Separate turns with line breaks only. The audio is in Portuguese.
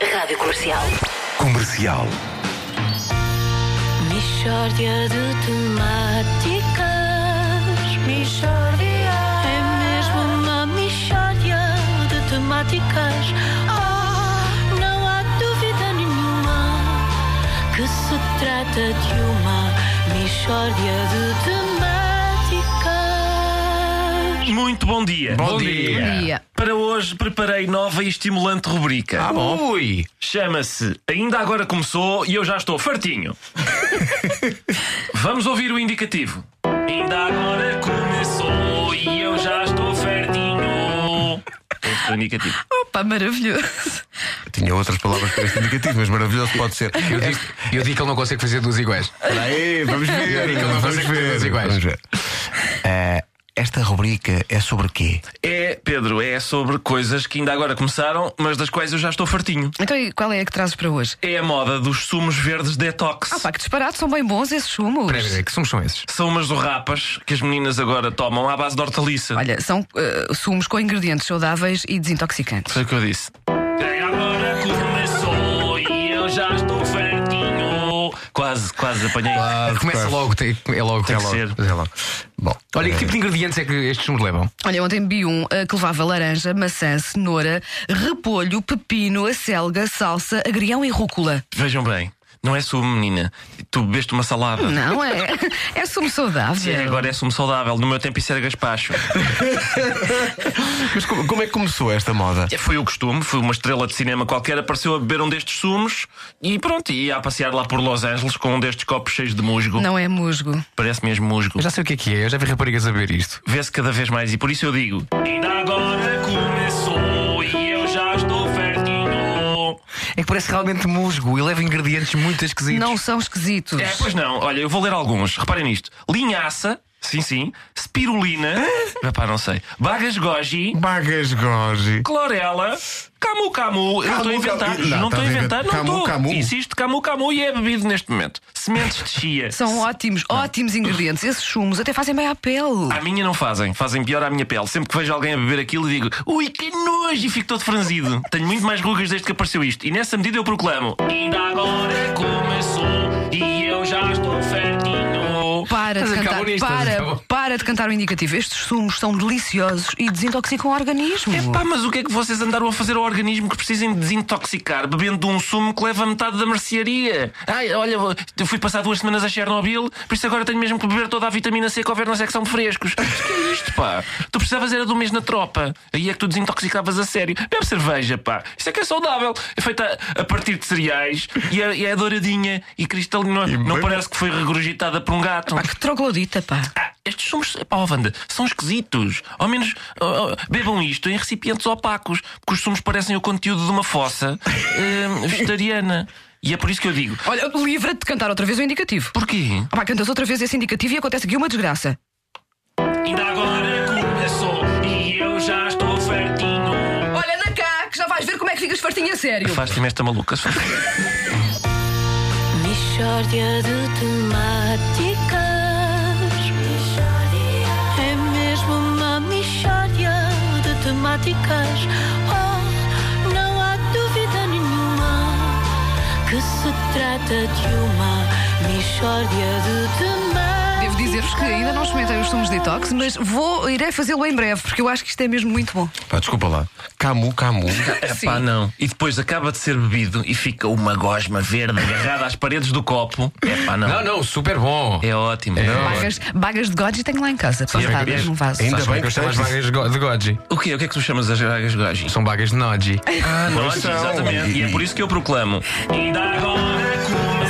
Rádio Comercial.
Comercial.
Mixórdia de temáticas Mixórdia É mesmo uma mixórdia de temáticas Oh, não há dúvida nenhuma Que se trata de uma mixórdia de temáticas
Muito bom dia.
Bom dia.
Bom dia.
Para hoje preparei nova e estimulante rubrica.
Ah, bom. Ui.
Chama-se Ainda Agora Começou e eu já estou fartinho. Vamos ouvir o indicativo. Ainda agora começou e eu já estou fartinho. Este é o indicativo.
Opa, maravilhoso.
Tinha outras palavras para este indicativo, mas maravilhoso pode ser.
Eu digo, eu digo que ele não consegue fazer duas iguais.
Espera aí, vamos ver.
Eu digo que não
Vamos
faço coisas
ver.
iguais.
Vamos ver. Ah, esta rubrica é sobre quê?
É, Pedro, é sobre coisas que ainda agora começaram, mas das quais eu já estou fartinho.
Então, e qual é a que trazes para hoje?
É a moda dos sumos verdes detox.
Ah, pá, que disparado, são bem bons esses sumos.
Espera, espera, que sumos são esses?
São umas dorrapas que as meninas agora tomam à base de hortaliça.
Olha, são eh, sumos com ingredientes saudáveis e desintoxicantes.
Foi o que eu disse. Agora começou e eu já estou fartinho. Quase, quase apanhei.
Começa
Ah, claro.
logo, tem, é logo,
Tem
é
que
logo,
ser.
é logo. Bom, olha,
eh,
que tipo de ingredientes é que estes sumos levam?
Olha, ontem vi um eh, que levava laranja, maçã, cenoura, repolho, pepino, acelga, salsa, agrião e rúcula.
Vejam bem, não é sumo, menina. Tu bebeste uma salada.
Não é? É sumo saudável.
Sim, agora é sumo saudável. No meu tempo isso era gaspacho.
Mas como, como é que começou esta moda?
É, Foi o costume, foi uma estrela de cinema qualquer, apareceu a beber um destes sumos e pronto, ia a passear lá por Los Angeles com um destes copos cheios de musgo.
Não é musgo.
Parece mesmo musgo.
Eu já sei o que é que é, eu já vi raparigas a ver isto.
Vê-se cada vez mais e por isso eu digo: Ainda agora começou e eu já estou fartinho.
É que parece realmente musgo e leva ingredientes muito esquisitos.
Não são esquisitos.
É, pois não. Olha, eu vou ler alguns. Reparem nisto: linhaça, sim, sim. Spirulina, Epá, não sei. Bagas goji,
Bagas Goji.
clorela, camu camu. Eu não estou a inventar.
camu. Não,
Não estou
estás
a
a
inventar,
inventar.
não
Camu, camu.
estou. Insisto, camu camu e é bebido neste momento. Sementes de chia.
São ótimos, ótimos ingredientes. Esses sumos até fazem bem à pele.
Ah,
À minha não fazem, fazem pior à minha pele. Sempre que vejo alguém a beber aquilo, digo ui, que nojo! E fico todo franzido. Tenho muito mais rugas desde que apareceu isto. E nessa medida eu proclamo: Ainda agora começou e eu já estou fertinho.
Para de
Mas
cantar,
acabou nisto,
para,
acabou.
para de cantar o indicativo. Estes sumos são deliciosos e desintoxicam o organismo.
Epá, mas o que é que vocês andaram a fazer ao organismo que precisem de desintoxicar bebendo um sumo que leva metade da mercearia? Ai, olha, eu fui passar duas semanas a Chernobyl, por isso agora tenho mesmo que beber toda a vitamina C que houver na secção de frescos. Mas que é isto, pá? Tu precisavas era do mês na tropa. Aí é que tu desintoxicavas a sério. Bebe cerveja, pá. Isso é que é saudável. É feita a partir de cereais e é, e é douradinha e cristalina. Não
bem-
parece que foi regurgitada por um gato.
Pá, Ah, que troglodita, pá.
Ah, estes sumos, pá, ó, Wanda, são esquisitos. Ao menos ó, ó, bebam isto em recipientes opacos, porque os sumos parecem o conteúdo de uma fossa eh, vegetariana. E é por isso que eu digo:
Olha, livra-te de cantar outra vez o indicativo.
porquê?
Ah, Pá, cantas outra vez esse indicativo e acontece aqui uma desgraça.
Ainda agora começou e eu já estou fartinho.
Olha, anda cá, que já vais ver como é que ficas fartinha a sério.
Faz-te-me esta maluca.
Mixórdia de temáticas É mesmo uma mixórdia de temáticas Oh, não há dúvida nenhuma Que se trata de uma mixórdia de temáticas
Devo dizer-vos que ainda não experimentei os sumos detox, mas vou, irei fazê-lo em breve, porque eu acho que isto é mesmo muito bom.
Pá, desculpa lá. Camu, Camu.
É
Sim.
pá, não. E depois acaba de ser bebido e fica uma gosma verde agarrada às paredes do copo. É pá, não.
Não, não, super bom.
É ótimo.
Bagas, bagas de goji tenho lá em casa, plantadas
bem-
num vaso.
ainda
Sabes como
bem
é que eu
que
chamo as
tens-
vagas go- de Goji?
O quê? O que é que tu chamas as dragas gajas?
São vagas de Noji.
Nós,
são.
exatamente. E é por isso que eu proclamo. Ainda agora